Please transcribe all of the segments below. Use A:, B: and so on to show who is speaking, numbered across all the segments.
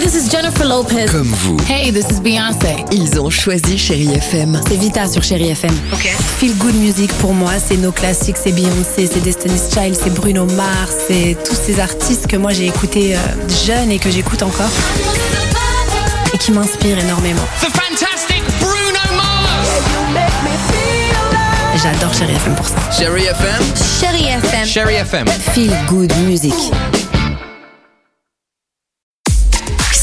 A: this is Jennifer Lopez.
B: Comme vous,
A: Hey, this is Beyoncé.
C: Ils ont choisi Chérie FM.
A: C'est Vita sur Chérie FM.
C: Ok.
D: Feel Good Music pour moi, c'est nos classiques, c'est Beyoncé, c'est Destiny's Child, c'est Bruno Mars, c'est tous ces artistes que moi j'ai écoutés euh, jeune et que j'écoute encore et qui m'inspirent énormément.
E: The fantastic Bruno Mars.
D: J'adore Chérie FM pour ça.
B: Chérie FM,
A: Chérie FM.
E: Sherry FM.
C: Feel Good Music.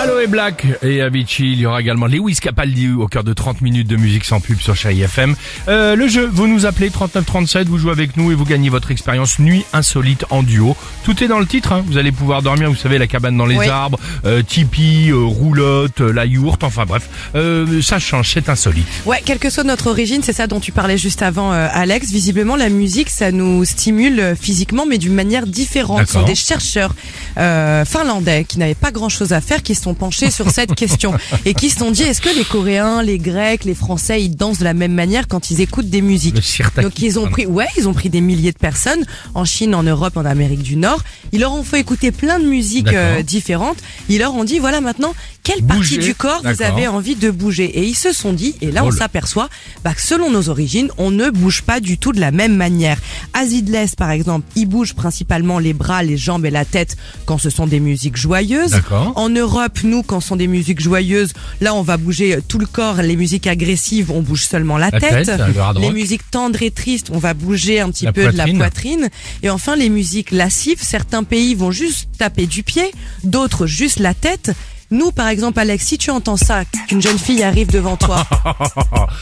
F: Allo et Black et Avicii, il y aura également Lewis Capaldi au cœur de 30 minutes de musique sans pub sur Chai FM. Euh, le jeu, vous nous appelez 3937, vous jouez avec nous et vous gagnez votre expérience nuit insolite en duo. Tout est dans le titre, hein. vous allez pouvoir dormir, vous savez, la cabane dans les arbres, euh, tipi, euh, roulotte, euh, la yourte, enfin bref, Euh, ça change, c'est insolite.
G: Ouais, quelle que soit notre origine, c'est ça dont tu parlais juste avant, euh, Alex. Visiblement, la musique, ça nous stimule euh, physiquement, mais d'une manière différente. Ce sont
F: D'accord.
G: des chercheurs euh, finlandais qui n'avaient pas grand-chose à faire, qui se sont penchés sur cette question et qui se sont dit est-ce que les Coréens, les Grecs, les Français, ils dansent de la même manière quand ils écoutent des musiques
F: Le sirtaki,
G: Donc ils ont
F: pardon.
G: pris, ouais, ils ont pris des milliers de personnes en Chine, en Europe, en Amérique du Nord. Ils leur ont fait écouter plein de musiques euh,
F: D'accord.
G: différentes. Ils leur ont dit voilà maintenant quelle partie
F: Bougez.
G: du corps vous
F: D'accord.
G: avez envie de bouger. Et ils se sont dit, et là on
F: Drôle.
G: s'aperçoit bah, que selon nos origines, on ne bouge pas du tout de la même manière. Asie de l'Est, par exemple, ils bougent principalement les bras, les jambes et la tête quand ce sont des musiques joyeuses.
F: D'accord.
G: En Europe, nous, quand ce sont des musiques joyeuses, là on va bouger euh, tout le corps. Les musiques agressives, on bouge seulement la,
F: La tête, le hard
G: les
F: rock.
G: musiques tendres et tristes, on va bouger un petit
F: La
G: peu de
F: poitrine.
G: la poitrine. Et enfin, les musiques lascives, certains pays vont juste taper du pied, d'autres juste la tête. Nous, par exemple, Alex, si tu entends ça, qu'une jeune fille arrive devant toi,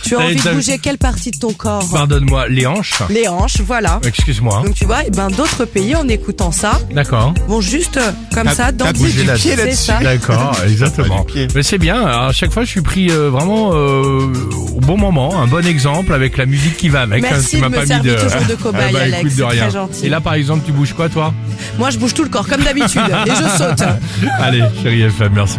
G: tu
F: Et
G: as
F: Bah.
G: envie de
F: t'as-
G: bouger quelle partie de ton corps
F: Pardonne-moi, les hanches,
G: Les hanches, voilà.
F: excuse-moi. hein.
G: Donc tu vois, et ben d'autres pays, en écoutant ça,
F: D'accord.
G: vont juste euh, comme
F: T'as-
G: ça
F: t'as
G: danser
F: bougé
G: du
F: la-
G: pied, Ah. c'est ça.
F: D'accord, exactement. Mais c'est bien, hein. à chaque fois je suis pris euh, vraiment euh, au bon moment, un bon exemple avec la musique qui va avec.
G: Merci
F: hein, tu
G: de
F: m'as
G: me
F: pas mis
G: servir toujours de
F: Ah
G: cobaye,
F: bah,
G: Alex,
F: écoute, de
G: c'est
F: rien.
G: très gentil.
F: Et là par exemple, tu bouges quoi toi
G: Moi, je bouge tout le corps comme d'habitude et je saute.
F: Allez, chérie FM, merci